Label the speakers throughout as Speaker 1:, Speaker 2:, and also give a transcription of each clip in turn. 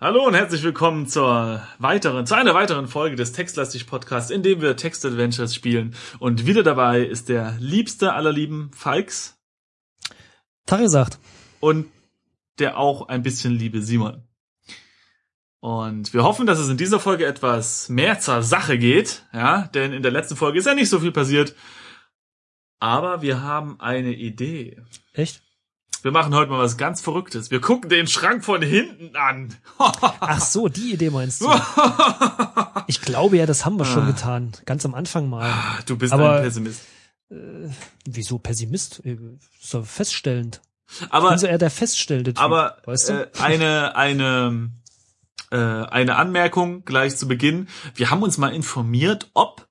Speaker 1: Hallo und herzlich willkommen zur weiteren, zu einer weiteren Folge des Textlastig Podcasts, in dem wir Text Adventures spielen. Und wieder dabei ist der liebste aller lieben Falks
Speaker 2: Tari sagt.
Speaker 1: und der auch ein bisschen liebe Simon. Und wir hoffen, dass es in dieser Folge etwas mehr zur Sache geht, ja, denn in der letzten Folge ist ja nicht so viel passiert. Aber wir haben eine Idee.
Speaker 2: Echt?
Speaker 1: Wir machen heute mal was ganz Verrücktes. Wir gucken den Schrank von hinten an.
Speaker 2: Ach so, die Idee meinst du? Ich glaube ja, das haben wir
Speaker 1: Ah.
Speaker 2: schon getan. Ganz am Anfang mal.
Speaker 1: Du bist
Speaker 2: Aber-
Speaker 1: ein Pessimist.
Speaker 2: Wieso Pessimist? Äh, So feststellend.
Speaker 1: Aber,
Speaker 2: Also eher der feststellende Typ.
Speaker 1: aber
Speaker 2: weißt du?
Speaker 1: äh, eine, eine, äh, eine Anmerkung gleich zu Beginn. Wir haben uns mal informiert, ob,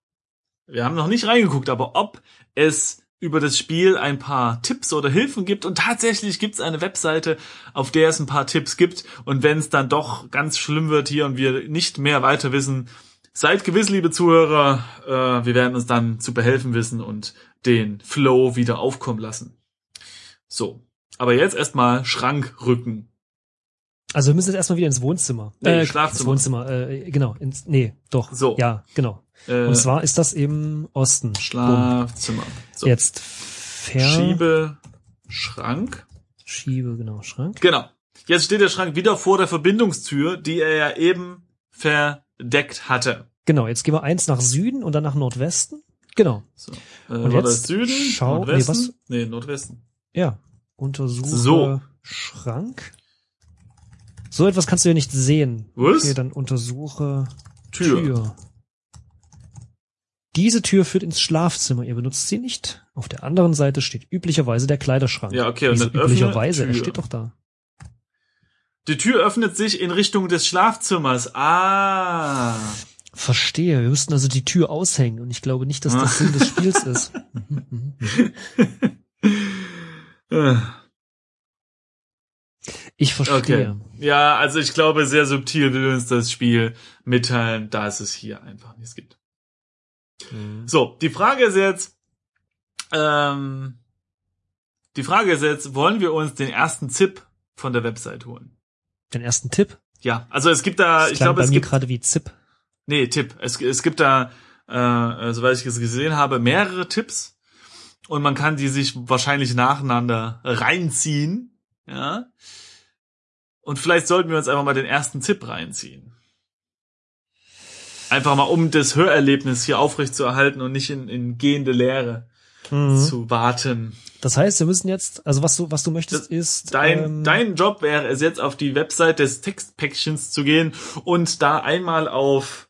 Speaker 1: wir haben noch nicht reingeguckt, aber ob es über das Spiel ein paar Tipps oder Hilfen gibt. Und tatsächlich gibt es eine Webseite, auf der es ein paar Tipps gibt. Und wenn es dann doch ganz schlimm wird hier und wir nicht mehr weiter wissen, seid gewiss, liebe Zuhörer, äh, wir werden uns dann zu behelfen wissen und den Flow wieder aufkommen lassen. So, aber jetzt erstmal Schrankrücken.
Speaker 2: also wir müssen jetzt erstmal wieder ins Wohnzimmer.
Speaker 1: Nee,
Speaker 2: ins
Speaker 1: Schlafzimmer.
Speaker 2: Wohnzimmer, äh, genau. Ins, nee, doch.
Speaker 1: So.
Speaker 2: Ja, genau.
Speaker 1: Äh,
Speaker 2: Und zwar ist das im Osten. Boom.
Speaker 1: Schlafzimmer. So.
Speaker 2: Jetzt fair.
Speaker 1: Schiebe Schrank.
Speaker 2: Schiebe, genau. Schrank.
Speaker 1: Genau. Jetzt steht der Schrank wieder vor der Verbindungstür, die er ja eben verdeckt hatte.
Speaker 2: Genau, jetzt gehen wir eins nach Süden und dann nach Nordwesten. Genau.
Speaker 1: So. Äh,
Speaker 2: Und
Speaker 1: war das
Speaker 2: jetzt
Speaker 1: Süden?
Speaker 2: schau- nee,
Speaker 1: Nordwesten? Nee, Nordwesten.
Speaker 2: Ja. Untersuche
Speaker 1: So.
Speaker 2: Schrank. So etwas kannst du ja nicht sehen.
Speaker 1: Was?
Speaker 2: Okay, dann untersuche
Speaker 1: Tür.
Speaker 2: Diese Tür führt ins Schlafzimmer. Ihr benutzt sie nicht. Auf der anderen Seite steht üblicherweise der Kleiderschrank.
Speaker 1: Ja, okay, und
Speaker 2: Wieso
Speaker 1: dann öffne
Speaker 2: üblicherweise, er
Speaker 1: Tür.
Speaker 2: steht doch da.
Speaker 1: Die Tür öffnet sich in Richtung des Schlafzimmers. Ah.
Speaker 2: Verstehe. Wir müssten also die Tür aushängen. Und ich glaube nicht, dass das Sinn des Spiels ist. Mhm, mhm.
Speaker 1: Äh.
Speaker 2: Ich verstehe.
Speaker 1: Ja, also ich glaube, sehr subtil will uns das Spiel mitteilen, da es es hier einfach nichts gibt. So, die Frage ist jetzt, ähm, die Frage ist jetzt, wollen wir uns den ersten Zip von der Website holen?
Speaker 2: Den ersten Tipp.
Speaker 1: Ja, also es gibt da,
Speaker 2: Das
Speaker 1: ich
Speaker 2: klang
Speaker 1: glaube,
Speaker 2: bei
Speaker 1: es
Speaker 2: mir
Speaker 1: gibt,
Speaker 2: gerade wie Zip.
Speaker 1: nee, Tipp, es, es gibt da, äh, äh, soweit ich es gesehen habe, mehrere Tipps und man kann die sich wahrscheinlich nacheinander reinziehen, ja. Und vielleicht sollten wir uns einfach mal den ersten Tipp reinziehen. Einfach mal, um das Hörerlebnis hier aufrecht zu erhalten und nicht in, in gehende Leere
Speaker 2: Mhm.
Speaker 1: zu warten.
Speaker 2: Das heißt, wir müssen jetzt, also was du, was du möchtest, ist
Speaker 1: Dein,
Speaker 2: ähm,
Speaker 1: dein Job wäre es jetzt auf die Website des Textpäckchens zu gehen und da einmal auf,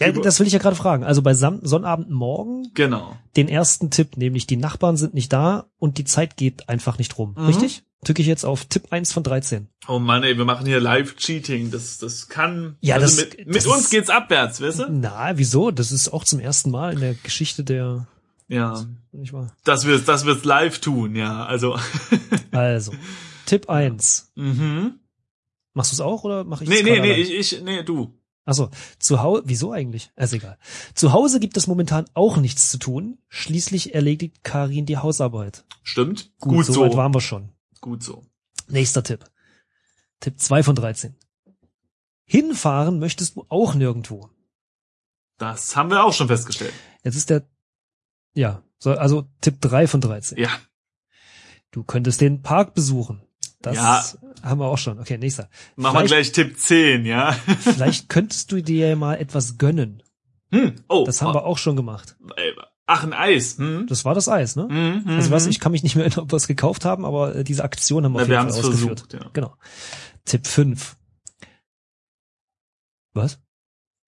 Speaker 2: Ja,
Speaker 1: Über-
Speaker 2: das will ich ja gerade fragen. Also bei Sam Sonnabend morgen
Speaker 1: genau,
Speaker 2: den ersten Tipp, nämlich die Nachbarn sind nicht da und die Zeit geht einfach nicht rum.
Speaker 1: Mhm.
Speaker 2: Richtig? Tücke ich jetzt auf Tipp 1 von 13.
Speaker 1: oh Mann, ey, wir machen hier Live-Cheating, das, das kann,
Speaker 2: Ja,
Speaker 1: also
Speaker 2: das-
Speaker 1: mit,
Speaker 2: das
Speaker 1: mit
Speaker 2: ist- Mhm.
Speaker 1: uns geht's abwärts, weißt du?
Speaker 2: Na, wieso? Das ist auch zum ersten Mal in der Geschichte der,
Speaker 1: Ja,
Speaker 2: nicht wahr?
Speaker 1: das wir's, das wir's live tun, ja, also,
Speaker 2: Also, Tipp 1.
Speaker 1: mhm.
Speaker 2: Machst du es auch oder mach ich
Speaker 1: Nee,
Speaker 2: das
Speaker 1: nee,
Speaker 2: gerade
Speaker 1: nee,
Speaker 2: allein?
Speaker 1: ich, ich, nee, du.
Speaker 2: Achso, zu Hause, wieso eigentlich? Also egal. Zu Hause gibt es momentan auch nichts zu tun. Schließlich erledigt Karin die Hausarbeit.
Speaker 1: Stimmt,
Speaker 2: Gut,
Speaker 1: gut,
Speaker 2: soweit
Speaker 1: so,
Speaker 2: waren wir schon.
Speaker 1: gut so.
Speaker 2: Nächster Tipp. Tipp 2 von 13. Hinfahren möchtest du auch nirgendwo.
Speaker 1: Das haben wir auch schon festgestellt.
Speaker 2: Jetzt ist der, ja, so, also Tipp 3 von 13.
Speaker 1: Ja,
Speaker 2: Du könntest den Park besuchen. Das
Speaker 1: Ja.
Speaker 2: haben wir auch schon. Okay, nächster.
Speaker 1: machen wir gleich
Speaker 2: vielleicht,
Speaker 1: Tipp 10, ja.
Speaker 2: vielleicht könntest du dir ja mal etwas gönnen.
Speaker 1: Hm, oh,
Speaker 2: Das haben wir auch schon gemacht.
Speaker 1: äh, ach, ein Eis, hm?
Speaker 2: Das war das Eis, ne?
Speaker 1: Mhm, mhm,
Speaker 2: Also was,
Speaker 1: mhm.
Speaker 2: ich kann mich nicht mehr erinnern, ob wir es gekauft haben, aber äh, diese Aktion haben wir
Speaker 1: Na,
Speaker 2: auf
Speaker 1: wir
Speaker 2: jeden
Speaker 1: haben
Speaker 2: Fall
Speaker 1: es
Speaker 2: ausgeführt.
Speaker 1: versucht, ja.
Speaker 2: Genau. Tipp 5. Was?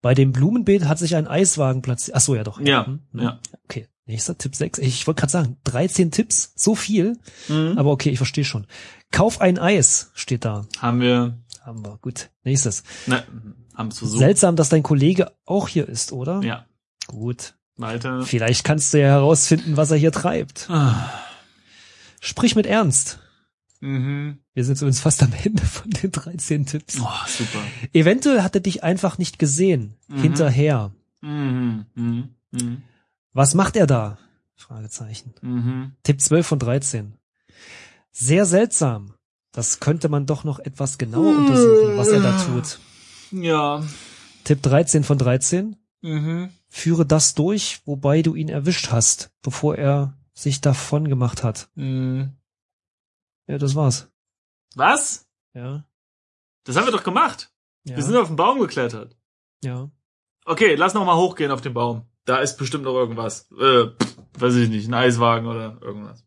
Speaker 2: Bei dem Blumenbeet hat sich ein Eiswagen platziert. Ach so, ja doch.
Speaker 1: Ja,
Speaker 2: Hm, hm.
Speaker 1: ja.
Speaker 2: Okay, nächster Tipp 6. Ich wollte gerade sagen, 13 Tipps, so viel,
Speaker 1: Mhm.
Speaker 2: aber okay, ich verstehe schon. Kauf ein Eis, steht da.
Speaker 1: Haben wir,
Speaker 2: Haben wir. Gut, nächstes.
Speaker 1: ne, haben es versucht.
Speaker 2: Seltsam, dass dein Kollege auch hier ist, oder?
Speaker 1: Ja,
Speaker 2: Gut.
Speaker 1: weiter.
Speaker 2: Vielleicht kannst du ja herausfinden, was er hier treibt.
Speaker 1: Ah,
Speaker 2: Sprich mit Ernst.
Speaker 1: Mhm.
Speaker 2: Wir sind übrigens fast am Ende von den 13 Tipps.
Speaker 1: Oh, super.
Speaker 2: Eventuell hat er dich einfach nicht gesehen.
Speaker 1: Mhm.
Speaker 2: Hinterher.
Speaker 1: Mhm. Mhm. Mhm.
Speaker 2: Was macht er da? Fragezeichen.
Speaker 1: Mhm.
Speaker 2: Tipp 12 von 13. Sehr seltsam. Das könnte man doch noch etwas genauer
Speaker 1: Hm.
Speaker 2: untersuchen, was er da tut.
Speaker 1: Ja.
Speaker 2: Tipp 13 von 13.
Speaker 1: Mhm.
Speaker 2: Führe das durch, wobei du ihn erwischt hast, bevor er sich davon gemacht hat.
Speaker 1: Mhm.
Speaker 2: Ja, das war's.
Speaker 1: Was?
Speaker 2: Ja.
Speaker 1: Das haben wir doch gemacht.
Speaker 2: Ja.
Speaker 1: Wir sind auf den Baum geklettert.
Speaker 2: ja.
Speaker 1: Okay, lass noch mal hochgehen auf den Baum. Da ist bestimmt noch irgendwas. Äh, pff, weiß ich nicht, ein Eiswagen oder irgendwas.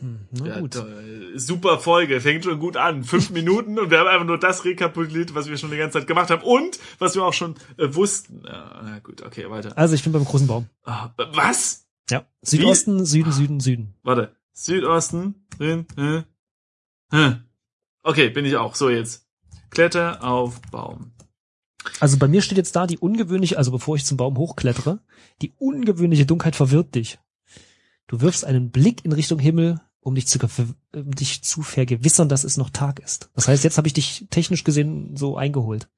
Speaker 2: Hm, na
Speaker 1: Ja,
Speaker 2: gut.
Speaker 1: toll. Super Folge, fängt schon gut an. Fünf Minuten und wir haben einfach nur das rekapituliert, was wir schon die ganze Zeit gemacht haben und was wir auch schon äh, wussten. Ja, na gut, okay, weiter.
Speaker 2: Also ich bin beim großen Baum.
Speaker 1: Ah, äh, was?
Speaker 2: Ja. Südosten, Süden, Süden, Süden.
Speaker 1: Warte. Südosten. Drin, äh, äh. Okay, bin ich auch. So jetzt. Kletter auf Baum.
Speaker 2: Also bei mir steht jetzt da die ungewöhnliche, also bevor ich zum Baum hochklettere, die ungewöhnliche Dunkelheit verwirrt dich. Du wirfst einen Blick in Richtung Himmel, um dich zu, ge- um dich zu vergewissern, dass es noch Tag ist. Das heißt, jetzt habe ich dich technisch gesehen so eingeholt.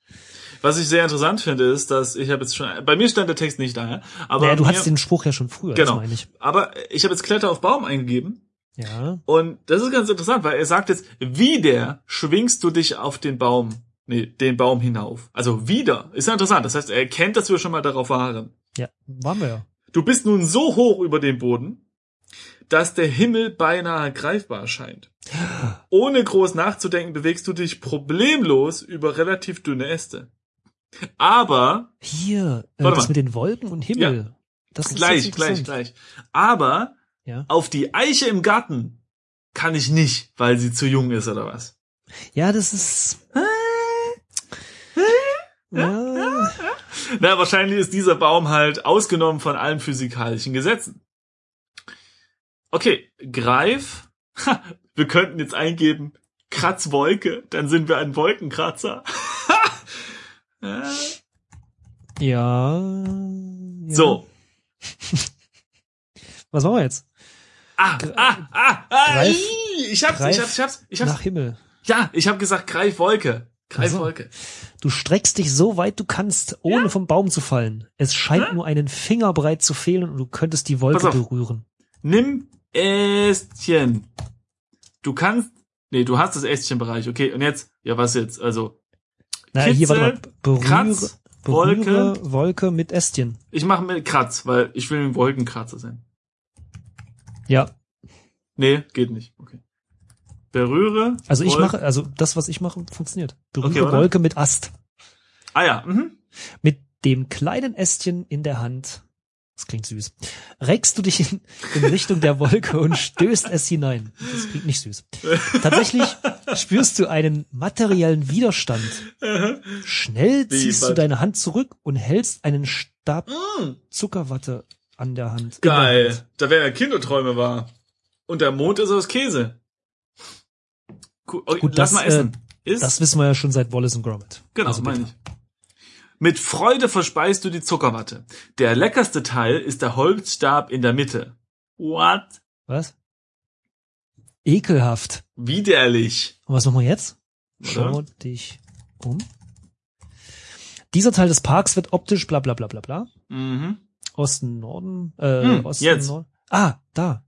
Speaker 1: Was ich sehr interessant finde, ist, dass ich habe jetzt schon, bei mir stand der Text nicht da, ja? aber,
Speaker 2: naja, du
Speaker 1: mir,
Speaker 2: hattest den Spruch ja schon früher,
Speaker 1: Genau.
Speaker 2: das meine ich.
Speaker 1: aber ich habe jetzt Kletter auf Baum eingegeben
Speaker 2: Ja.
Speaker 1: Und das ist ganz interessant, weil er sagt jetzt, wieder schwingst du dich auf den Baum, nee, den Baum hinauf. Also wieder. Ist ja interessant. Das heißt, er erkennt, dass wir schon mal darauf waren.
Speaker 2: Ja, waren wir ja.
Speaker 1: Du bist nun so hoch über dem Boden, dass der Himmel beinahe greifbar scheint. Ohne groß nachzudenken bewegst du dich problemlos über relativ dünne Äste. Aber
Speaker 2: Hier, äh,
Speaker 1: Warte
Speaker 2: das
Speaker 1: mal.
Speaker 2: mit den Wolken und Himmel. Das ist
Speaker 1: gleich,
Speaker 2: jetzt
Speaker 1: gleich, gleich.
Speaker 2: interessant.
Speaker 1: Aber
Speaker 2: Ja.
Speaker 1: auf die Eiche im Garten kann ich nicht, weil sie zu jung ist oder was?
Speaker 2: ja, das ist. Ja,
Speaker 1: Na, wahrscheinlich ist dieser Baum halt ausgenommen von allen physikalischen Gesetzen. Okay, greif. Ha, wir könnten jetzt eingeben, Kratzwolke, dann sind wir ein Wolkenkratzer. Äh,
Speaker 2: ja, ja.
Speaker 1: So.
Speaker 2: Was machen wir jetzt?
Speaker 1: Ah, ah, ah, ah,
Speaker 2: Greif-
Speaker 1: ii, ich hab's,
Speaker 2: greif
Speaker 1: ich hab's, ich hab's, ich hab's.
Speaker 2: Nach Himmel.
Speaker 1: Ja, ich hab gesagt, greif Wolke. Greif
Speaker 2: Ach so.
Speaker 1: Wolke.
Speaker 2: Du streckst dich so weit du kannst, ohne vom Baum zu fallen. Es scheint nur einen Fingerbreit zu fehlen und du könntest die Wolke
Speaker 1: Pass auf.
Speaker 2: berühren.
Speaker 1: Nimm Ästchen. Du kannst, nee, du hast das Ästchenbereich. Okay, und jetzt, ja, was jetzt? Also,
Speaker 2: Na,
Speaker 1: Kitzel,
Speaker 2: hier, warte mal. Berühre,
Speaker 1: Kratz,
Speaker 2: berühre Wolke. mit Ästchen.
Speaker 1: ich mache mit Kratz, weil ich will ein Wolkenkratzer sein.
Speaker 2: Ja,
Speaker 1: Nee, geht nicht. Okay. Berühre.
Speaker 2: also ich
Speaker 1: Wolke-
Speaker 2: mache, also das, was ich mache, funktioniert. Berühre
Speaker 1: Okay, warte.
Speaker 2: Wolke mit Ast.
Speaker 1: Ah ja. Mhm.
Speaker 2: Mit dem kleinen Ästchen in der Hand. Das klingt süß. Reckst du dich in, in Richtung der Wolke und stößt es hinein. Das klingt nicht süß. Tatsächlich spürst du einen materiellen Widerstand. Schnell
Speaker 1: Wie,
Speaker 2: ziehst du
Speaker 1: bald?
Speaker 2: deine Hand zurück und hältst einen Stab
Speaker 1: Mhm.
Speaker 2: Zuckerwatte an der Hand. In der Hand.
Speaker 1: Geil. Da wären ja Kinderträume wahr. Und der Mond ist aus Käse. Cool. Okay,
Speaker 2: Gut,
Speaker 1: lass
Speaker 2: das, äh,
Speaker 1: mal essen. ist
Speaker 2: Das wissen wir ja schon seit Wallace und Gromit.
Speaker 1: genau,
Speaker 2: Also
Speaker 1: meine
Speaker 2: bitte.
Speaker 1: ich. Mit Freude verspeist du die Zuckerwatte. Der leckerste Teil ist der Holzstab in der Mitte. What?
Speaker 2: Was? Ekelhaft.
Speaker 1: Widerlich.
Speaker 2: Und was machen wir jetzt? Schau dich um. Dieser Teil des Parks wird optisch bla bla bla bla bla.
Speaker 1: Mhm.
Speaker 2: Osten, Norden, äh,
Speaker 1: Hm,
Speaker 2: Osten,
Speaker 1: jetzt.
Speaker 2: Norden. Ah, da.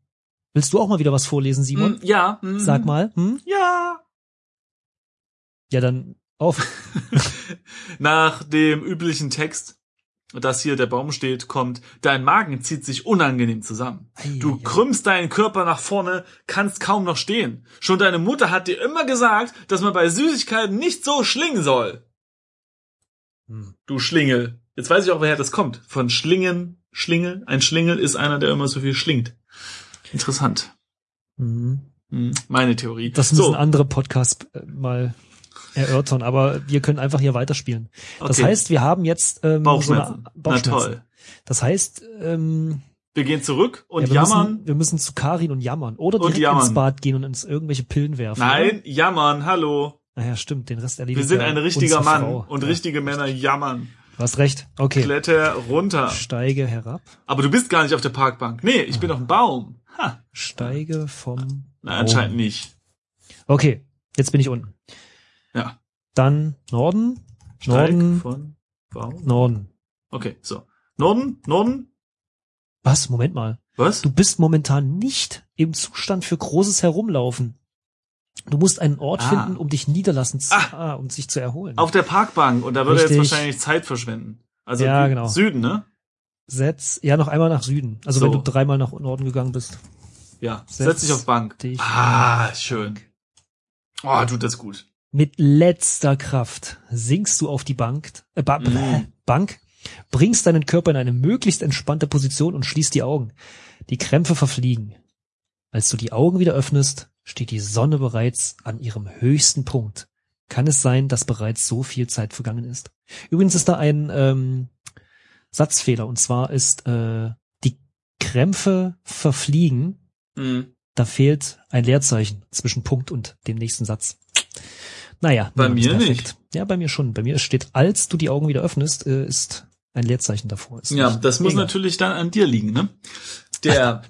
Speaker 2: Willst du auch mal wieder was vorlesen, Simon?
Speaker 1: Mhm, Ja. Mhm.
Speaker 2: Sag mal. Hm?
Speaker 1: Ja.
Speaker 2: Ja, dann auf.
Speaker 1: Nach dem üblichen Text, dass hier der Baum steht, kommt, dein Magen zieht sich unangenehm zusammen. Du
Speaker 2: Eieiei.
Speaker 1: krümmst deinen Körper nach vorne, kannst kaum noch stehen. Schon deine Mutter hat dir immer gesagt, dass man bei Süßigkeiten nicht so schlingen soll.
Speaker 2: Hm.
Speaker 1: Du Schlingel. Jetzt weiß ich auch, woher das kommt. Von Schlingen, Schlingel. Ein Schlingel ist einer, der immer so viel schlingt. Interessant.
Speaker 2: Hm.
Speaker 1: Hm, Meine Theorie.
Speaker 2: Das müssen
Speaker 1: so,
Speaker 2: andere Podcasts äh, mal erörtern, aber wir können einfach hier weiterspielen. Das
Speaker 1: okay.
Speaker 2: heißt, wir haben jetzt ähm, So
Speaker 1: Bauchschmerzen.
Speaker 2: eine
Speaker 1: Na
Speaker 2: Bauchschmerzen.
Speaker 1: toll.
Speaker 2: Das heißt, ähm,
Speaker 1: Wir gehen zurück und
Speaker 2: ja, wir,
Speaker 1: jammern.
Speaker 2: müssen, wir müssen zu Karin und jammern oder
Speaker 1: Und
Speaker 2: direkt
Speaker 1: jammern.
Speaker 2: ins Bad gehen und uns irgendwelche Pillen werfen.
Speaker 1: Nein, jammern. Hallo.
Speaker 2: Naja, stimmt, den Rest erledigt
Speaker 1: Wir sind
Speaker 2: ja
Speaker 1: ein richtiger
Speaker 2: unsere
Speaker 1: Mann
Speaker 2: Frau.
Speaker 1: und
Speaker 2: ja,
Speaker 1: richtige Männer jammern.
Speaker 2: Du hast recht. Okay.
Speaker 1: Kletter runter.
Speaker 2: Steige herab.
Speaker 1: Aber du bist gar nicht auf der Parkbank. Nee, ich bin auf dem Baum. Ha.
Speaker 2: Steige vom.
Speaker 1: Na, anscheinend nicht.
Speaker 2: Baum. Okay, jetzt bin ich unten.
Speaker 1: Ja.
Speaker 2: Dann Norden,
Speaker 1: Steig
Speaker 2: Norden,
Speaker 1: von Baum.
Speaker 2: Norden.
Speaker 1: Okay, so. Norden, Norden.
Speaker 2: Was? Moment mal.
Speaker 1: Was?
Speaker 2: Du bist momentan nicht im Zustand für großes Herumlaufen. Du musst einen Ort
Speaker 1: Ah.
Speaker 2: finden, um dich niederlassen zu,
Speaker 1: Ah.
Speaker 2: ah, um sich zu erholen.
Speaker 1: Auf der Parkbank und da würde er jetzt
Speaker 2: Richtig.
Speaker 1: wahrscheinlich Zeit verschwenden. Also
Speaker 2: Ja, genau.
Speaker 1: Süden, ne?
Speaker 2: Setz, ja, noch einmal nach Süden. Also
Speaker 1: So.
Speaker 2: wenn du dreimal nach Norden gegangen bist.
Speaker 1: Ja,
Speaker 2: Setz
Speaker 1: setz dich auf Bank.
Speaker 2: dich
Speaker 1: ah, schön. Oh, tut das gut.
Speaker 2: Mit letzter Kraft sinkst du auf die Bank, äh, ba
Speaker 1: Mm.
Speaker 2: Bank, bringst deinen Körper in eine möglichst entspannte Position und schließt die Augen. Die Krämpfe verfliegen. Als du die Augen wieder öffnest, steht die Sonne bereits an ihrem höchsten Punkt. Kann es sein, dass bereits so viel Zeit vergangen ist? Übrigens ist da ein ähm, Satzfehler und zwar ist äh, die Krämpfe verfliegen
Speaker 1: Mhm.
Speaker 2: da fehlt ein Leerzeichen zwischen Punkt und dem nächsten Satz. Naja,
Speaker 1: Bei
Speaker 2: niemand ist
Speaker 1: mir
Speaker 2: perfekt.
Speaker 1: nicht.
Speaker 2: Ja, bei mir schon. Bei mir steht, als du die Augen wieder öffnest, äh, ist ein Leerzeichen davor. Ist
Speaker 1: Ja,
Speaker 2: nicht-
Speaker 1: das muss
Speaker 2: Egal.
Speaker 1: natürlich dann an dir liegen, ne? Der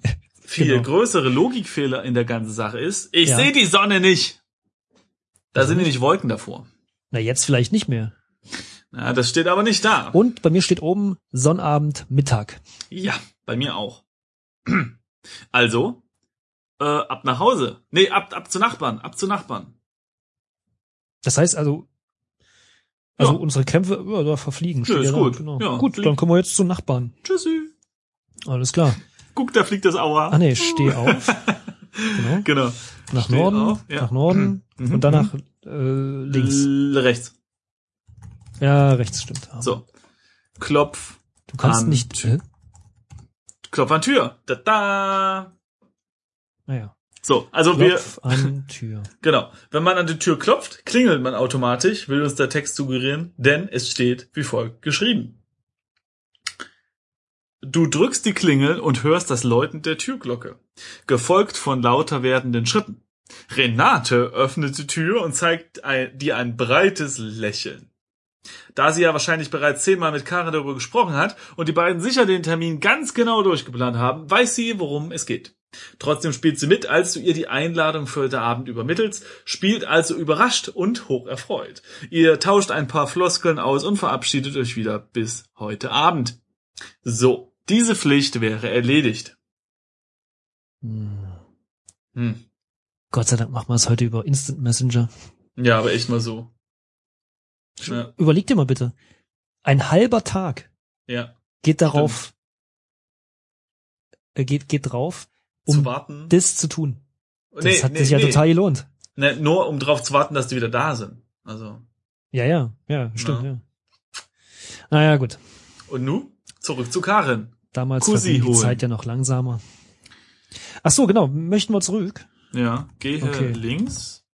Speaker 1: viel
Speaker 2: Genau.
Speaker 1: größere Logikfehler in der ganzen Sache ist, ich
Speaker 2: Ja. Also
Speaker 1: sehe die Sonne nicht. Da
Speaker 2: Warum
Speaker 1: sind nämlich Wolken davor.
Speaker 2: Na, jetzt vielleicht nicht mehr.
Speaker 1: Ja, das steht aber nicht da.
Speaker 2: Und bei mir steht oben Sonnabend, Mittag.
Speaker 1: Ja, bei mir auch. Also, äh, ab nach Hause. Nee, ab, ab zu Nachbarn, ab zu Nachbarn.
Speaker 2: Das heißt also, also
Speaker 1: Ja.
Speaker 2: unsere Kämpfe, ja, da verfliegen. steht
Speaker 1: ist
Speaker 2: da,
Speaker 1: gut.
Speaker 2: Genau.
Speaker 1: Ja,
Speaker 2: gut,
Speaker 1: fliegen.
Speaker 2: dann kommen wir jetzt zum Nachbarn.
Speaker 1: Tschüssi.
Speaker 2: Alles klar.
Speaker 1: Guck, da fliegt das Aua.
Speaker 2: Ah nee, steh auf. Genau.
Speaker 1: Genau.
Speaker 2: Nach
Speaker 1: Steh
Speaker 2: Norden,
Speaker 1: auf, ja.
Speaker 2: nach Norden
Speaker 1: Mhm.
Speaker 2: und danach äh, links.
Speaker 1: L rechts.
Speaker 2: Ja, rechts stimmt.
Speaker 1: So. Klopf,
Speaker 2: Du kannst
Speaker 1: An
Speaker 2: nicht.
Speaker 1: Tür.
Speaker 2: Äh,
Speaker 1: Klopf an Tür. Da da.
Speaker 2: naja.
Speaker 1: So, also wir
Speaker 2: Ah Klopf an Tür.
Speaker 1: genau, wenn man an die Tür klopft, klingelt man automatisch, will uns der Text suggerieren, denn es steht wie folgt geschrieben. Du drückst die Klingel und hörst das Läuten der Türglocke, gefolgt von lauter werdenden Schritten. Renate öffnet die Tür und zeigt ein, dir ein breites Lächeln. Da sie ja wahrscheinlich bereits zehnmal mit Karen darüber gesprochen hat und die beiden sicher den Termin ganz genau durchgeplant haben, weiß sie, worum es geht. Trotzdem spielt sie mit, als du ihr die Einladung für heute Abend übermittelst, spielt also überrascht und hocherfreut. Ihr tauscht ein paar Floskeln aus und verabschiedet euch wieder bis heute Abend. So, diese Pflicht wäre erledigt.
Speaker 2: Hm.
Speaker 1: Hm.
Speaker 2: Gott sei Dank machen wir es heute über Instant Messenger.
Speaker 1: Ja, aber echt mal so. Ja,
Speaker 2: Überleg dir mal bitte. Ein halber Tag
Speaker 1: ja.
Speaker 2: geht darauf, äh, geht, geht drauf,
Speaker 1: zu
Speaker 2: um
Speaker 1: warten.
Speaker 2: das zu tun. Das hat sich ja
Speaker 1: nee.
Speaker 2: total gelohnt.
Speaker 1: Nee, nur um drauf zu warten, dass die wieder da sind. Also.
Speaker 2: Ja, ja, ja, stimmt,
Speaker 1: Ja.
Speaker 2: ja. Naja, gut.
Speaker 1: Und nu? Zurück zu Karin.
Speaker 2: Damals
Speaker 1: Kussi
Speaker 2: verging die
Speaker 1: holen.
Speaker 2: Zeit ja noch langsamer. Ach so, genau. Möchten wir zurück?
Speaker 1: Ja, gehe
Speaker 2: Okay.
Speaker 1: links,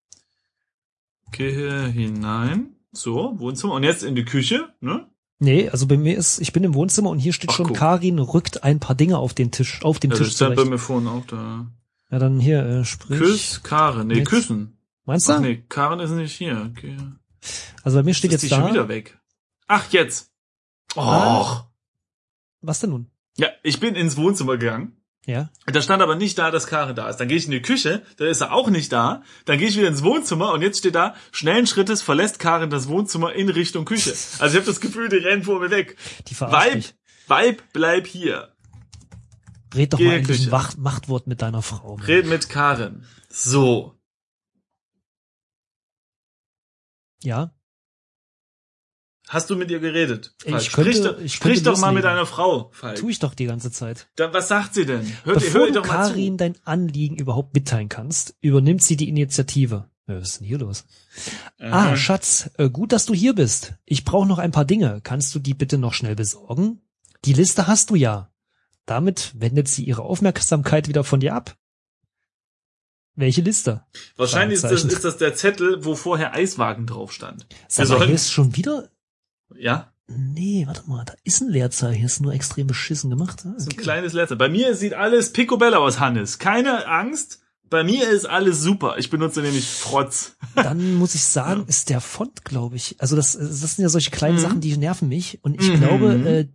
Speaker 1: gehe hinein, so, Wohnzimmer und jetzt in die Küche, ne?
Speaker 2: Nee, also bei mir ist, ich bin im Wohnzimmer und hier steht
Speaker 1: Ach,
Speaker 2: schon,
Speaker 1: guck.
Speaker 2: Karin rückt ein paar Dinge auf den Tisch, auf dem
Speaker 1: Ja, das
Speaker 2: Tisch
Speaker 1: stand bei
Speaker 2: zurecht.
Speaker 1: mir vorhin auch da.
Speaker 2: Ja, dann hier, äh, sprich.
Speaker 1: Küss Karin, nee,
Speaker 2: mit-
Speaker 1: küssen.
Speaker 2: Meinst du?
Speaker 1: Ach nee, Karin ist nicht hier. Okay.
Speaker 2: Also bei mir steht
Speaker 1: ist die
Speaker 2: jetzt
Speaker 1: schon
Speaker 2: da.
Speaker 1: wieder weg. Ach, jetzt. Och.
Speaker 2: Ah. Was denn nun?
Speaker 1: Ja, ich bin ins Wohnzimmer gegangen.
Speaker 2: Ja.
Speaker 1: Da stand aber nicht da, dass Karin da ist. Dann gehe ich in die Küche, da ist er auch nicht da. Dann gehe ich wieder ins Wohnzimmer und jetzt steht da, schnellen Schrittes verlässt Karin das Wohnzimmer in Richtung Küche. Also ich habe das Gefühl, die rennen vor mir weg.
Speaker 2: Die verarscht
Speaker 1: Weib,
Speaker 2: mich.
Speaker 1: Weib, bleib hier.
Speaker 2: Red doch
Speaker 1: geh
Speaker 2: mal
Speaker 1: in die
Speaker 2: endlich ein
Speaker 1: Küche.
Speaker 2: Wach- Machtwort mit deiner Frau. Mann.
Speaker 1: Red mit Karin. So.
Speaker 2: Ja.
Speaker 1: Hast du mit ihr geredet?
Speaker 2: Ich
Speaker 1: Falk?
Speaker 2: könnte-
Speaker 1: sprich doch,
Speaker 2: ich
Speaker 1: sprich
Speaker 2: könnte
Speaker 1: doch mal mit
Speaker 2: loslegen.
Speaker 1: deiner Frau. Falk.
Speaker 2: Tu ich doch die ganze Zeit.
Speaker 1: Dann, was sagt sie denn? Hört,
Speaker 2: Bevor
Speaker 1: hör ihr
Speaker 2: du
Speaker 1: doch mal
Speaker 2: Karin dein Anliegen überhaupt mitteilen kannst, übernimmt sie die Initiative. Ja, Was ist denn hier los?
Speaker 1: zu.
Speaker 2: Ah, Schatz, äh, gut, dass du hier bist. Ich brauche noch ein paar Dinge. Kannst du die bitte noch schnell besorgen? Die Liste hast du ja. Damit wendet sie ihre Aufmerksamkeit wieder von dir ab. Welche Liste?
Speaker 1: Wahrscheinlich ist das,
Speaker 2: Fragezeichen.
Speaker 1: ist das der Zettel, wo vorher Eiswagen drauf stand.
Speaker 2: Sag
Speaker 1: Wir
Speaker 2: mal,
Speaker 1: sollen-
Speaker 2: hier ist schon wieder
Speaker 1: Ja,
Speaker 2: Nee, warte mal, da ist ein Leerzeichen, hier ist nur extrem beschissen gemacht.
Speaker 1: das ist ein
Speaker 2: Okay.
Speaker 1: kleines Letzte. Bei mir sieht alles picobello aus, Hannes. Keine Angst. Bei mir ist alles super. Ich benutze nämlich Frotz.
Speaker 2: Dann muss ich sagen, ist der Font, glaube ich. Also das, das sind ja solche kleinen
Speaker 1: Mhm.
Speaker 2: Sachen, die nerven mich. Und ich
Speaker 1: Mhm.
Speaker 2: glaube,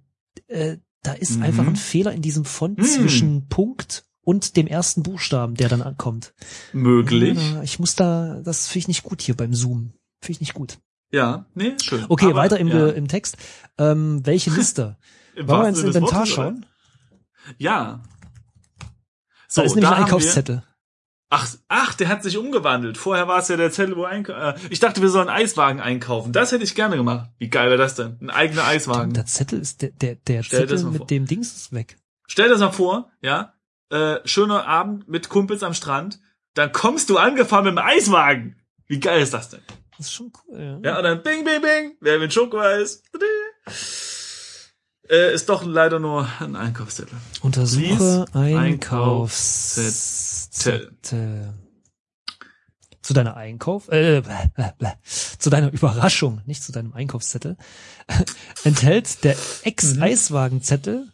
Speaker 2: äh, äh, da ist
Speaker 1: Mhm.
Speaker 2: einfach ein Fehler in diesem Font
Speaker 1: Mhm.
Speaker 2: zwischen Punkt und dem ersten Buchstaben, der dann ankommt.
Speaker 1: Möglich.
Speaker 2: Ja, Ich muss da, das finde ich nicht gut hier beim Zoom. Finde ich nicht gut.
Speaker 1: Ja, nee, schön.
Speaker 2: Okay,
Speaker 1: Aber,
Speaker 2: weiter im, äh,
Speaker 1: ja,
Speaker 2: im Text. Ähm, welche Liste?
Speaker 1: im
Speaker 2: Wollen wir
Speaker 1: wahrsten
Speaker 2: ins
Speaker 1: Sinne des
Speaker 2: Inventar
Speaker 1: Wortes, oder?
Speaker 2: schauen?
Speaker 1: Ja. So,
Speaker 2: Da ist nämlich
Speaker 1: da
Speaker 2: ein
Speaker 1: haben wir-
Speaker 2: Einkaufszettel.
Speaker 1: Ach, ach, der hat sich umgewandelt. Vorher war es ja der Zettel, wo ein, äh, ich dachte, wir sollen einen Eiswagen einkaufen. Das hätte ich gerne gemacht. Wie geil wäre das denn? Ein eigener Eiswagen.
Speaker 2: Der Zettel ist, der, der, der
Speaker 1: Stell dir das
Speaker 2: Zettel
Speaker 1: mal
Speaker 2: mit
Speaker 1: vor.
Speaker 2: dem Dings ist weg.
Speaker 1: Stell dir das mal vor, ja, äh, schöner Abend mit Kumpels am Strand, dann kommst du angefahren mit dem Eiswagen. Wie geil ist das denn?
Speaker 2: Das ist schon cool.
Speaker 1: Ja, und dann bing, bing, bing, wer mit Schokoeis. Äh, ist doch leider nur ein Einkaufszettel.
Speaker 2: Untersuche
Speaker 1: Lies Einkaufszettel.
Speaker 2: Einkaufszettel. Zu deiner Einkauf, äh, blä, blä, blä. zu deiner Überraschung, nicht zu deinem Einkaufszettel, enthält der Ex-Eiswagenzettel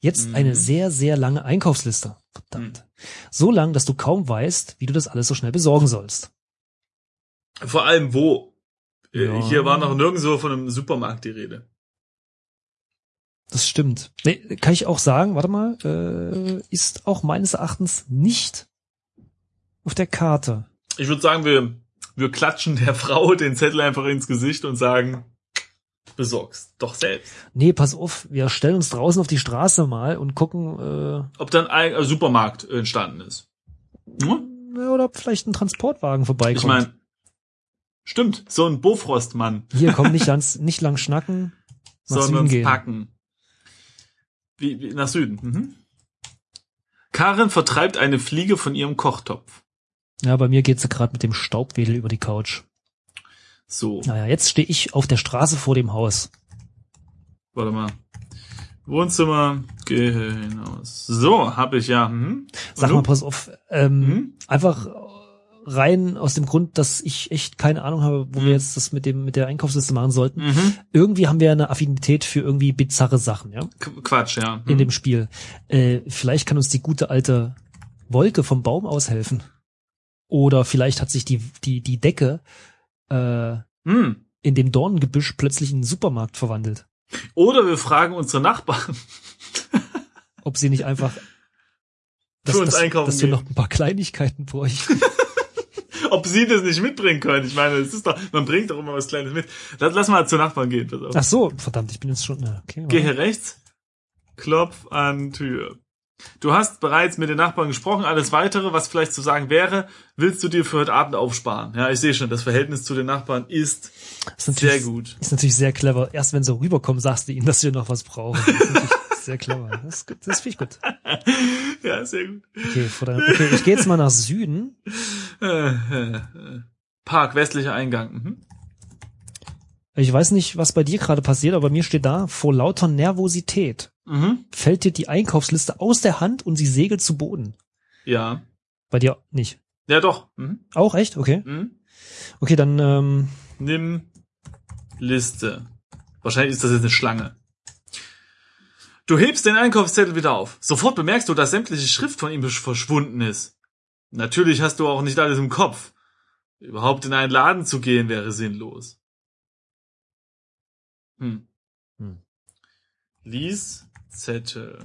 Speaker 2: jetzt
Speaker 1: Mhm.
Speaker 2: eine sehr, sehr lange Einkaufsliste. Verdammt. So lang, dass du kaum weißt, wie du das alles so schnell besorgen sollst.
Speaker 1: Vor allem wo? Äh,
Speaker 2: Ja.
Speaker 1: Hier war noch nirgendwo von einem Supermarkt die Rede.
Speaker 2: Das stimmt. Nee, kann ich auch sagen, warte mal, äh, ist auch meines Erachtens nicht auf der Karte.
Speaker 1: Ich würde sagen, wir, wir klatschen der Frau den Zettel einfach ins Gesicht und sagen, besorgst doch selbst.
Speaker 2: Nee, pass auf, wir stellen uns draußen auf die Straße mal und gucken, äh,
Speaker 1: Ob dann ein äh, Supermarkt entstanden ist. Hm?
Speaker 2: ja, oder ob vielleicht ein Transportwagen vorbeikommt.
Speaker 1: Ich meine, stimmt, so ein Bofrostmann,
Speaker 2: Hier komm nicht ganz, nicht lang schnacken. Nach
Speaker 1: sondern
Speaker 2: Süden gehen.
Speaker 1: packen. Wie, wie, nach Süden. Mhm. Karin vertreibt eine Fliege von ihrem Kochtopf.
Speaker 2: Ja, bei mir geht's ja gerade mit dem Staubwedel über die Couch.
Speaker 1: So,
Speaker 2: Naja, jetzt stehe ich auf der Straße vor dem Haus.
Speaker 1: warte mal. Wohnzimmer, geh hinaus. So, hab ich ja. Mhm. Und
Speaker 2: Sag
Speaker 1: du?
Speaker 2: mal, pass auf, ähm,
Speaker 1: Mhm.
Speaker 2: einfach rein aus dem Grund, dass ich echt keine Ahnung habe, wo
Speaker 1: Mhm.
Speaker 2: wir jetzt das mit dem mit der Einkaufsliste machen sollten.
Speaker 1: Mhm.
Speaker 2: Irgendwie haben wir eine Affinität für irgendwie bizarre Sachen, ja?
Speaker 1: Qu- Quatsch, ja. Mhm.
Speaker 2: in dem Spiel. Äh, vielleicht kann uns die gute alte Wolke vom Baum aushelfen. Oder vielleicht hat sich die, die, die Decke äh,
Speaker 1: mhm.
Speaker 2: in dem Dornengebüsch plötzlich in einen Supermarkt verwandelt.
Speaker 1: Oder wir fragen unsere Nachbarn.
Speaker 2: Ob sie nicht einfach
Speaker 1: Für uns
Speaker 2: dass,
Speaker 1: einkaufen
Speaker 2: dass wir
Speaker 1: gehen.
Speaker 2: noch ein paar Kleinigkeiten bräuchten.
Speaker 1: ob sie das nicht mitbringen können. Ich meine, es ist doch, man bringt doch immer was Kleines mit. Lass, lass mal zu Nachbarn gehen. Pass auf.
Speaker 2: Ach so, verdammt, ich bin jetzt schon. na,
Speaker 1: Gehe
Speaker 2: Okay, warte.
Speaker 1: hier rechts, klopf an Tür. Du hast bereits mit den Nachbarn gesprochen. Alles weitere, was vielleicht zu sagen wäre, willst du dir für heute Abend aufsparen. Ja, ich sehe schon, das Verhältnis zu den Nachbarn ist
Speaker 2: ist natürlich,
Speaker 1: sehr gut.
Speaker 2: Ist natürlich sehr clever. Erst wenn sie rüberkommen, sagst du ihnen, dass wir noch was brauchen. Das ist natürlich sehr clever. Das, ist gut. das finde ich gut.
Speaker 1: Ja, sehr gut.
Speaker 2: Okay, vor deiner, okay, ich gehe jetzt mal nach Süden.
Speaker 1: Äh, äh, äh. Park, westlicher Eingang. Mhm.
Speaker 2: Ich weiß nicht, was bei dir gerade passiert, aber bei mir steht da, vor lauter Nervosität
Speaker 1: Mhm.
Speaker 2: fällt dir die Einkaufsliste aus der Hand und sie segelt zu Boden.
Speaker 1: Ja.
Speaker 2: Bei dir nicht.
Speaker 1: Ja, doch. Mhm.
Speaker 2: Auch echt? Okay.
Speaker 1: Mhm.
Speaker 2: Okay, dann, ähm,
Speaker 1: Nimm Liste. Wahrscheinlich ist das jetzt eine Schlange. Du hebst den Einkaufszettel wieder auf. Sofort bemerkst du, dass sämtliche Schrift von ihm besch- verschwunden ist. Natürlich hast du auch nicht alles im Kopf. Überhaupt in einen Laden zu gehen wäre sinnlos. Hm.
Speaker 2: Hm.
Speaker 1: Lies Zettel.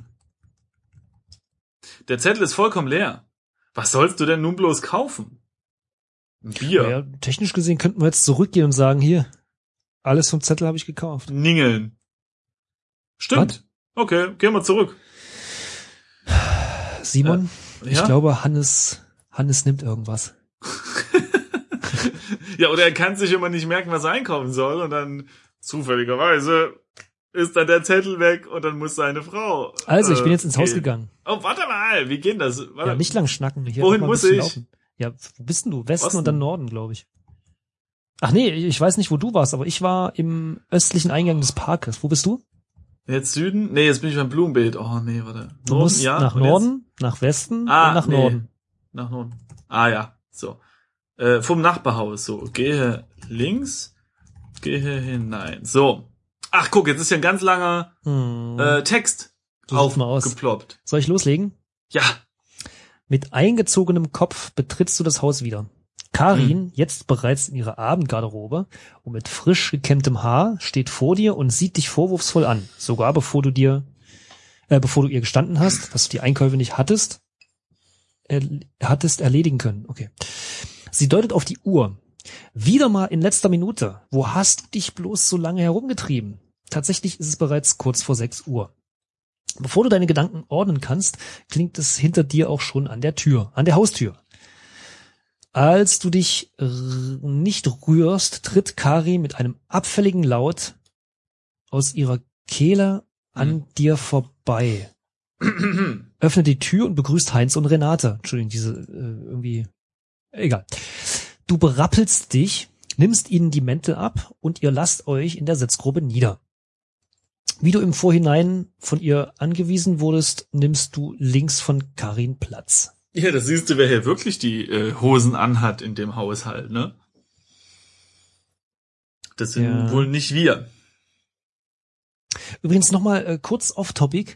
Speaker 1: Der Zettel ist vollkommen leer. Was sollst du denn nun bloß kaufen? Ein Bier.
Speaker 2: ja, technisch gesehen könnten wir jetzt zurückgehen und sagen, hier, alles vom Zettel habe ich gekauft.
Speaker 1: Ningeln. Stimmt. Okay, gehen wir zurück.
Speaker 2: Simon, ich
Speaker 1: Äh, ja?
Speaker 2: glaube, Hannes, Hannes nimmt irgendwas.
Speaker 1: ja, oder er kann sich immer nicht merken, was er einkaufen soll und dann zufälligerweise ist dann der Zettel weg und dann muss seine Frau.
Speaker 2: Also, ich bin
Speaker 1: äh,
Speaker 2: jetzt ins Haus
Speaker 1: gehen.
Speaker 2: gegangen.
Speaker 1: Oh, warte mal, wie geht das? Warte.
Speaker 2: Ja, nicht lang schnacken. Hier
Speaker 1: Wohin
Speaker 2: noch mal ein
Speaker 1: muss
Speaker 2: bisschen
Speaker 1: ich?
Speaker 2: Ja, wo bist denn du? Westen
Speaker 1: Osten.
Speaker 2: und dann Norden, glaube ich. Ach nee, ich weiß nicht, wo du warst, aber ich war im östlichen Eingang des Parkes. Wo bist du?
Speaker 1: Jetzt Süden? Nee, jetzt bin ich beim Blumenbeet. Oh, nee, warte.
Speaker 2: Du
Speaker 1: Norden,
Speaker 2: musst
Speaker 1: ja,
Speaker 2: nach
Speaker 1: und jetzt
Speaker 2: Norden, nach Westen
Speaker 1: Ah,
Speaker 2: und nach
Speaker 1: nee.
Speaker 2: Norden.
Speaker 1: Nach Norden. Ah, ja, so. Äh, vom Nachbarhaus, so. Gehe links, gehe hinein. So. Ach, guck, jetzt ist ja ein ganz langer
Speaker 2: Hm.
Speaker 1: äh, Text
Speaker 2: So sieht's mal aus.
Speaker 1: aufgeploppt.
Speaker 2: Soll ich loslegen?
Speaker 1: Ja,
Speaker 2: Mit eingezogenem Kopf betrittst du das Haus wieder. Karin, jetzt bereits in ihrer Abendgarderobe und mit frisch gekämmtem Haar, steht vor dir und sieht dich vorwurfsvoll an. Sogar bevor du dir, äh, bevor du ihr gestanden hast, dass du die Einkäufe nicht hattest, er, hattest erledigen können. Okay. Sie deutet auf die Uhr. Wieder mal in letzter Minute. Wo hast du dich bloß so lange herumgetrieben? Tatsächlich ist es bereits kurz vor 6 Uhr. Bevor du deine Gedanken ordnen kannst, klingt es hinter dir auch schon an der Tür, an der Haustür. Als du dich r- nicht rührst, tritt Kari mit einem abfälligen Laut aus ihrer Kehle an dir vorbei. Öffnet die Tür und begrüßt Heinz und Renate. Entschuldigung, diese äh, irgendwie. Egal. Du berappelst dich, nimmst ihnen die Mäntel ab und ihr lasst euch in der Sitzgrube nieder. Wie du im Vorhinein von ihr angewiesen wurdest, nimmst du links von Karin Platz.
Speaker 1: Ja, das siehst du, wer hier wirklich die äh, Hosen anhat in dem Haushalt, ne? Das sind
Speaker 2: Ja.
Speaker 1: wohl nicht wir.
Speaker 2: Übrigens nochmal äh, kurz off-topic.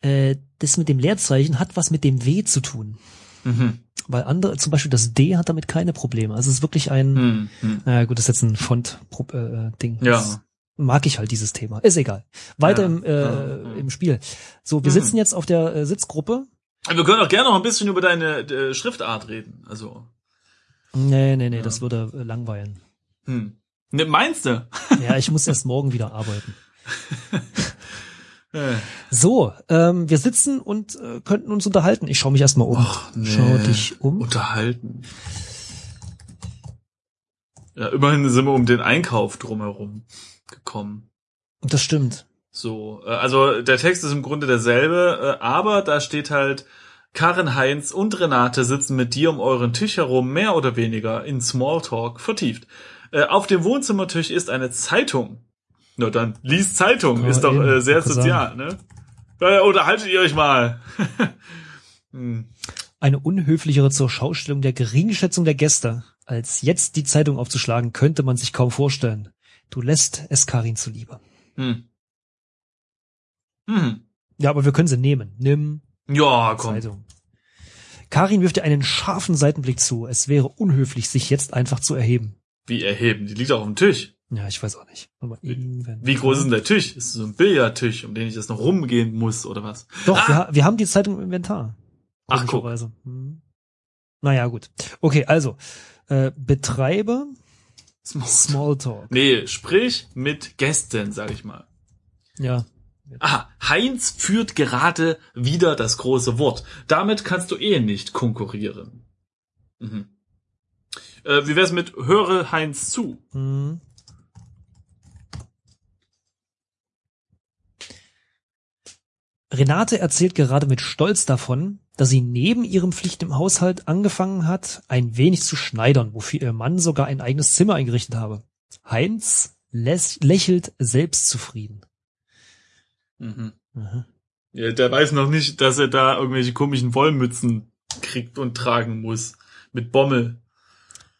Speaker 2: Äh, das mit dem Leerzeichen hat was mit dem W zu tun.
Speaker 1: Mhm.
Speaker 2: Weil andere, zum Beispiel das D hat damit keine Probleme. Also es ist wirklich ein,
Speaker 1: Mhm. Mhm.
Speaker 2: naja gut, das ist jetzt ein Font-Ding. Äh, Ding. Das
Speaker 1: Ja.
Speaker 2: mag ich halt dieses Thema. Ist egal. Weiter
Speaker 1: Ja.
Speaker 2: im, äh,
Speaker 1: Ja, ja.
Speaker 2: im Spiel. So, wir
Speaker 1: Mhm.
Speaker 2: sitzen jetzt auf der äh, Sitzgruppe.
Speaker 1: Aber wir können auch gerne noch ein bisschen über deine äh, Schriftart reden. Also,
Speaker 2: Nee, nee, nee,
Speaker 1: Ja.
Speaker 2: das würde äh, langweilen.
Speaker 1: hm. Ne, meinst du?
Speaker 2: Ja, ich muss erst morgen wieder arbeiten.
Speaker 1: Äh.
Speaker 2: So, ähm, wir sitzen und äh, könnten uns unterhalten. Ich schaue mich erstmal um.
Speaker 1: nee.
Speaker 2: Schau dich um.
Speaker 1: Unterhalten. Ja, immerhin sind wir um den Einkauf drumherum gekommen.
Speaker 2: Das stimmt.
Speaker 1: So, äh, also der Text ist im Grunde derselbe, äh, aber da steht halt, Karin Heinz und Renate sitzen mit dir um euren Tisch herum, mehr oder weniger in Smalltalk vertieft. Äh, Auf dem Wohnzimmertisch ist eine Zeitung. Na dann, liest Zeitung,
Speaker 2: Ja,
Speaker 1: ist doch
Speaker 2: eben,
Speaker 1: äh, sehr
Speaker 2: hab gesagt.
Speaker 1: sozial, ne? Ja, ja, unterhaltet ihr euch mal. Hm.
Speaker 2: Eine unhöflichere zur Schaustellung der Geringschätzung der Gäste, als jetzt die Zeitung aufzuschlagen, könnte man sich kaum vorstellen. Du lässt es Karin zuliebe.
Speaker 1: Hm. Hm.
Speaker 2: Ja, aber wir können sie nehmen. Nimm
Speaker 1: Ja, komm.
Speaker 2: Zeitung. Karin wirft dir einen scharfen Seitenblick zu. Es wäre unhöflich, sich jetzt einfach zu erheben.
Speaker 1: Wie erheben? Die liegt auf dem Tisch.
Speaker 2: Ja, ich weiß auch nicht. Aber
Speaker 1: Wie groß ist denn der Tisch? Ist es so ein Billardtisch, um den ich jetzt noch rumgehen muss oder was?
Speaker 2: Doch, wir, ha- wir haben die Zeitung im Inventar.
Speaker 1: Ah. Ach, guck.
Speaker 2: Komischerweise. Hm. Naja, gut. Okay, also. Äh, betreibe
Speaker 1: Small.
Speaker 2: Smalltalk.
Speaker 1: Nee, sprich mit Gästen, sag ich mal.
Speaker 2: Ja.
Speaker 1: Ah, Heinz führt gerade wieder das große Wort. Damit kannst du eh nicht konkurrieren. Mhm. Äh, wie wär's mit höre Heinz zu?
Speaker 2: Hm. Renate erzählt gerade mit Stolz davon, dass sie neben ihrem Pflicht im Haushalt angefangen hat, ein wenig zu schneidern, wofür ihr Mann sogar ein eigenes Zimmer eingerichtet habe. Heinz läs- lächelt selbstzufrieden.
Speaker 1: Mhm.
Speaker 2: Mhm.
Speaker 1: Ja, der weiß noch nicht, dass er da irgendwelche komischen Wollmützen kriegt und tragen muss. Mit Bommel.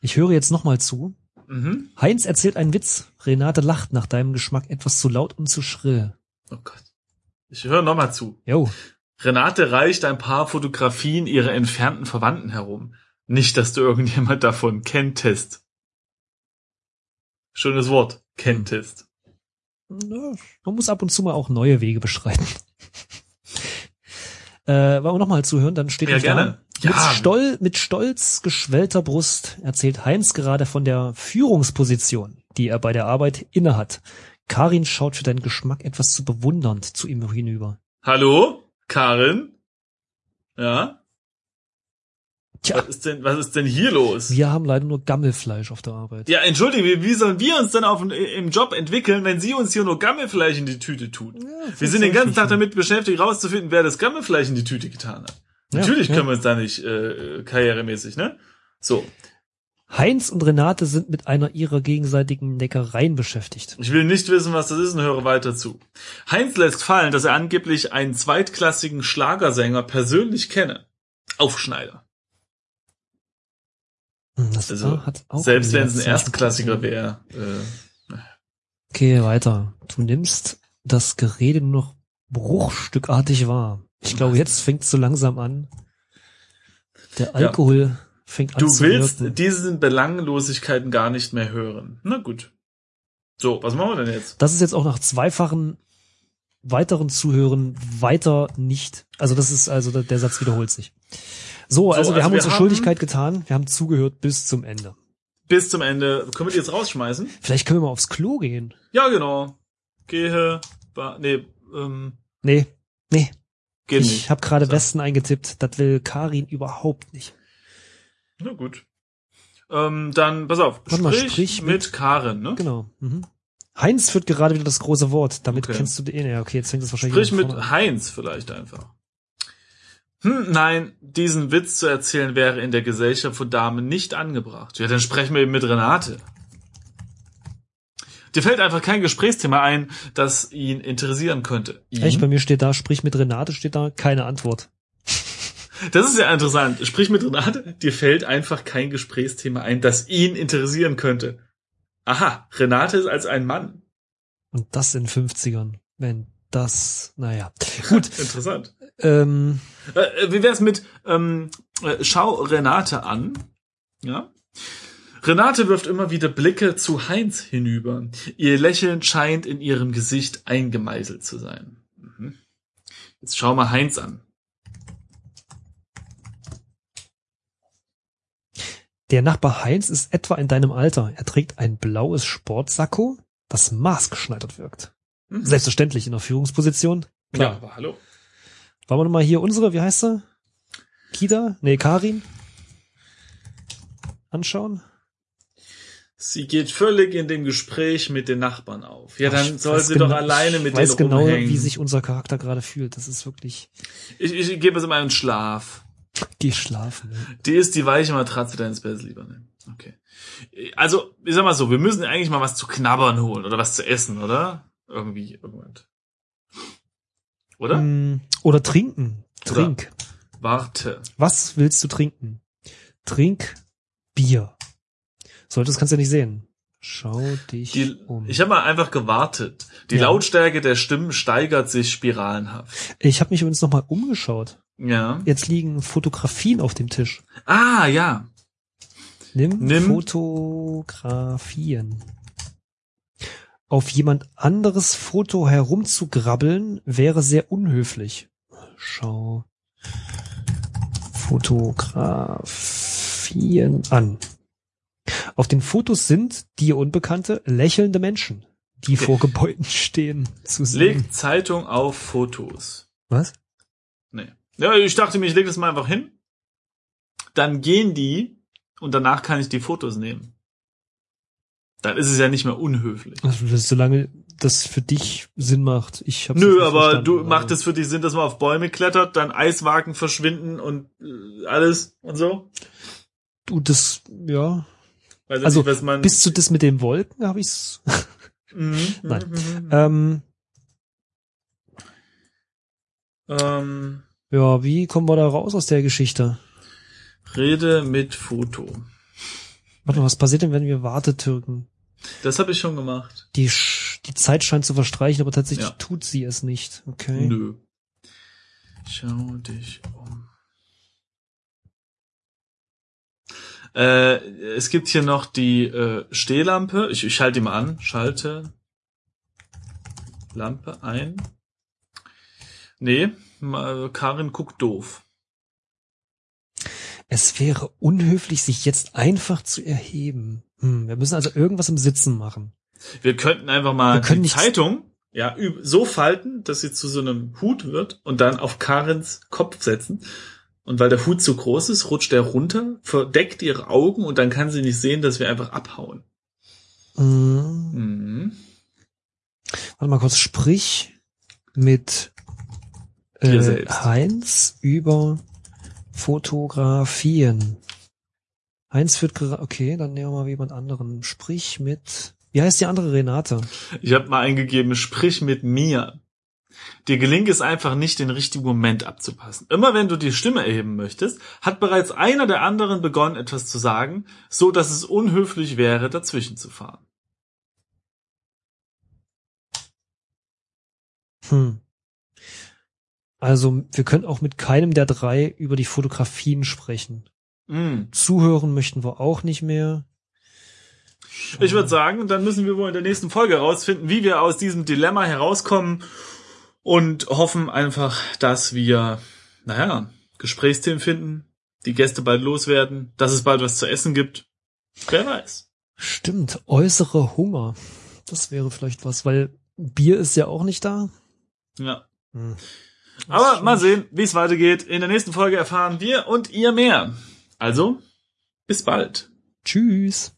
Speaker 2: Ich höre jetzt nochmal zu.
Speaker 1: Mhm.
Speaker 2: Heinz erzählt einen Witz. Renate lacht nach deinem Geschmack etwas zu laut und zu schrill.
Speaker 1: Oh Gott. Ich höre nochmal zu.
Speaker 2: Jo,
Speaker 1: Renate reicht ein paar Fotografien ihrer entfernten Verwandten herum. Nicht, dass du irgendjemand davon kenntest. Schönes Wort. Kenntest.
Speaker 2: na, man muss ab und zu mal auch neue Wege beschreiten. äh, wollen wir nochmal zuhören, dann steht
Speaker 1: Ja,
Speaker 2: nicht
Speaker 1: gerne.
Speaker 2: Da. Mit,
Speaker 1: Ja.
Speaker 2: Stol mit stolz geschwellter Brust erzählt Heinz gerade von der Führungsposition, die er bei der Arbeit innehat. Karin schaut für deinen Geschmack etwas zu bewundernd zu ihm hinüber.
Speaker 1: Hallo? Karin? Ja?
Speaker 2: Tja,
Speaker 1: Was ist denn, was ist denn hier los?
Speaker 2: wir haben leider nur Gammelfleisch auf der Arbeit.
Speaker 1: ja, entschuldige, wie, wie sollen wir uns denn auf, im Job entwickeln, wenn sie uns hier nur Gammelfleisch in die Tüte tut? Wir sind den ganzen Tag damit beschäftigt, rauszufinden, wer das Gammelfleisch in die Tüte getan hat.
Speaker 2: Ja,
Speaker 1: Natürlich
Speaker 2: ja.
Speaker 1: können wir uns da nicht äh, karrieremäßig, ne? So,
Speaker 2: Heinz und Renate sind mit einer ihrer gegenseitigen Neckereien beschäftigt.
Speaker 1: Ich will nicht wissen, was das ist und höre weiter zu. Heinz lässt fallen, dass er angeblich einen zweitklassigen Schlagersänger persönlich kenne. Aufschneider.
Speaker 2: Hm, Das
Speaker 1: Also,
Speaker 2: hat auch
Speaker 1: Selbst wenn es ein
Speaker 2: Leerzeichen.
Speaker 1: Erstklassiker wäre. Äh,
Speaker 2: Okay, weiter. Du nimmst das Gerede nur noch bruchstückartig wahr. Ich glaube, jetzt fängt so langsam an. Der
Speaker 1: Ja.
Speaker 2: Alkohol fängt an
Speaker 1: du
Speaker 2: zu
Speaker 1: willst
Speaker 2: wirken.
Speaker 1: diesen Belanglosigkeiten gar nicht mehr hören. Na gut. So, was machen wir denn jetzt?
Speaker 2: Das ist jetzt auch nach zweifachen weiteren Zuhören weiter nicht. Also das ist also der- der Satz wiederholt sich. So, also, wir
Speaker 1: also
Speaker 2: haben
Speaker 1: wir
Speaker 2: unsere
Speaker 1: haben-
Speaker 2: Schuldigkeit getan. Wir haben zugehört bis zum Ende.
Speaker 1: Bis zum Ende. Können wir die jetzt rausschmeißen?
Speaker 2: Vielleicht können wir mal aufs Klo gehen.
Speaker 1: Ja, genau. Gehe. Ba, nee, ähm,
Speaker 2: Nee, nee,
Speaker 1: geht
Speaker 2: ich
Speaker 1: nicht.
Speaker 2: habe gerade
Speaker 1: So.
Speaker 2: Westen eingetippt. Das will Karin überhaupt nicht.
Speaker 1: Na gut. Ähm, dann, pass auf,
Speaker 2: Warte mal, sprich
Speaker 1: mit, Karen, ne?
Speaker 2: Genau. Mhm. Heinz führt gerade wieder das große Wort. Damit
Speaker 1: Okay.
Speaker 2: kennst du den. Ja, okay, jetzt fängt das wahrscheinlich
Speaker 1: Sprich
Speaker 2: wieder von
Speaker 1: mit
Speaker 2: vorne
Speaker 1: Heinz vielleicht einfach. Hm, nein, diesen Witz zu erzählen wäre in der Gesellschaft von Damen nicht angebracht. Ja, dann sprechen wir eben mit Renate. Dir fällt einfach kein Gesprächsthema ein, das ihn interessieren könnte.
Speaker 2: an.
Speaker 1: Ihn?
Speaker 2: Echt, bei mir steht da, sprich mit Renate, steht da keine Antwort.
Speaker 1: Das ist ja interessant. Sprich mit Renate. Dir fällt einfach kein Gesprächsthema ein, das ihn interessieren könnte. Aha, Renate ist als ein Mann.
Speaker 2: Und das in 50ern. Wenn das, naja. Gut,
Speaker 1: Interessant.
Speaker 2: ähm,
Speaker 1: Äh, äh, wie wär's mit ähm, äh, Schau Renate an? Ja. Renate wirft immer wieder Blicke zu Heinz hinüber. Ihr Lächeln scheint in ihrem Gesicht eingemeißelt zu sein. Mhm. Jetzt schau mal Heinz an.
Speaker 2: der Nachbar Heinz ist etwa in deinem Alter. Er trägt ein blaues Sportsacko, das maßgeschneidert wirkt.
Speaker 1: Mhm.
Speaker 2: Selbstverständlich in der Führungsposition. Klar.
Speaker 1: Ja, aber hallo.
Speaker 2: Wollen wir nochmal hier unsere, wie heißt sie? Kita? Nee, Karin? Anschauen?
Speaker 1: Sie geht völlig in dem Gespräch mit den Nachbarn auf. Ja,
Speaker 2: Ich
Speaker 1: dann soll
Speaker 2: weiß
Speaker 1: sie
Speaker 2: genau-
Speaker 1: doch alleine mit
Speaker 2: Ich weiß
Speaker 1: denen
Speaker 2: genau,
Speaker 1: rumhängen.
Speaker 2: wie sich unser Charakter gerade fühlt. Das ist wirklich,
Speaker 1: ich, ich gebe es immer einen Schlaf.
Speaker 2: geh schlafen. ne?
Speaker 1: Die ist die weiche Matratze deines Bettes lieber, ne? Okay. Also, ich sag mal so, wir müssen eigentlich mal was zu knabbern holen oder was zu essen, oder? Irgendwie, irgendwann. Oder?
Speaker 2: Mm, Oder trinken.
Speaker 1: Oder-
Speaker 2: Trink.
Speaker 1: Warte.
Speaker 2: Was willst du trinken? Trink Bier. Solltest kannst du ja nicht sehen. Schau dich
Speaker 1: Die,
Speaker 2: um.
Speaker 1: ich habe mal einfach gewartet. Die
Speaker 2: Ja.
Speaker 1: Lautstärke der Stimmen steigert sich spiralenhaft.
Speaker 2: Ich habe mich übrigens nochmal umgeschaut.
Speaker 1: Ja.
Speaker 2: Jetzt liegen Fotografien auf dem Tisch.
Speaker 1: Ah, ja.
Speaker 2: Nimm,
Speaker 1: Nimm-
Speaker 2: Fotografien. Auf jemand anderes Foto herumzugrabbeln wäre sehr unhöflich. Schau Fotografien an. Auf den Fotos sind dir unbekannte lächelnde Menschen, die vor Gebäuden stehen, zu sehen.
Speaker 1: Legt Zeitung auf Fotos.
Speaker 2: Was?
Speaker 1: Nee. Ja, ich dachte mir, ich leg das mal einfach hin. Dann gehen die und danach kann ich die Fotos nehmen. Dann ist es ja nicht mehr unhöflich.
Speaker 2: Also, das- solange das für dich Sinn macht. Ich hab's jetzt
Speaker 1: Nö,
Speaker 2: nicht
Speaker 1: aber
Speaker 2: verstanden,
Speaker 1: du macht es für dich Sinn, dass man auf Bäume klettert, dann Eiswagen verschwinden und äh, alles und so.
Speaker 2: Du, das, ja,
Speaker 1: Weiß ich
Speaker 2: Also,
Speaker 1: nicht, was man.
Speaker 2: Bis zu das mit den Wolken habe ich's.
Speaker 1: Mhm,
Speaker 2: Nein.
Speaker 1: mhm, mhm.
Speaker 2: Ähm,
Speaker 1: Ähm,
Speaker 2: ja, wie kommen wir da raus aus der Geschichte?
Speaker 1: Rede mit Foto.
Speaker 2: Warte mal, was passiert denn, wenn wir Wartetürken?
Speaker 1: Das habe ich schon gemacht.
Speaker 2: Die, Sch die Zeit scheint zu verstreichen, aber tatsächlich
Speaker 1: Ja.
Speaker 2: tut sie es nicht. Okay.
Speaker 1: Nö. Schau dich um. Äh, es gibt hier noch die äh, Stehlampe. Ich, ich schalte die mal an. Schalte Lampe ein. Nee, ma- Karin guckt doof.
Speaker 2: Es wäre unhöflich, sich jetzt einfach zu erheben. Hm, wir müssen also irgendwas im Sitzen machen.
Speaker 1: Wir könnten einfach mal
Speaker 2: Wir können
Speaker 1: die
Speaker 2: nicht-
Speaker 1: Zeitung ja, üb- so falten, dass sie zu so einem Hut wird und dann auf Karins Kopf setzen. Und weil der Hut zu groß ist, rutscht er runter, verdeckt ihre Augen und dann kann sie nicht sehen, dass wir einfach abhauen.
Speaker 2: Hm,
Speaker 1: Mhm.
Speaker 2: warte mal kurz, sprich mit
Speaker 1: Dir
Speaker 2: äh,
Speaker 1: selbst.
Speaker 2: Heinz über Fotografien. Heinz führt gerade, okay, dann nehmen wir mal jemand anderen. Sprich mit, wie heißt die andere Renate?
Speaker 1: Ich habe mal eingegeben, sprich mit mir. Dir gelingt es einfach nicht, den richtigen Moment abzupassen. Immer wenn du die Stimme erheben möchtest, hat bereits einer der anderen begonnen, etwas zu sagen, so dass es unhöflich wäre, dazwischen zu fahren.
Speaker 2: Hm. Also, wir können auch mit keinem der drei über die Fotografien sprechen.
Speaker 1: Mhm.
Speaker 2: Zuhören möchten wir auch nicht mehr.
Speaker 1: Ich würde sagen, dann müssen wir wohl in der nächsten Folge herausfinden, wie wir aus diesem Dilemma herauskommen und hoffen einfach, dass wir, naja, Gesprächsthemen finden, die Gäste bald loswerden, dass es bald was zu essen gibt. Wer weiß.
Speaker 2: Stimmt, äußere Hunger. Das wäre vielleicht was, weil Bier ist ja auch nicht da.
Speaker 1: Ja.
Speaker 2: Hm.
Speaker 1: Aber
Speaker 2: schon-
Speaker 1: mal sehen, wie es weitergeht. In der nächsten Folge erfahren wir und ihr mehr. Also, bis bald.
Speaker 2: Tschüss.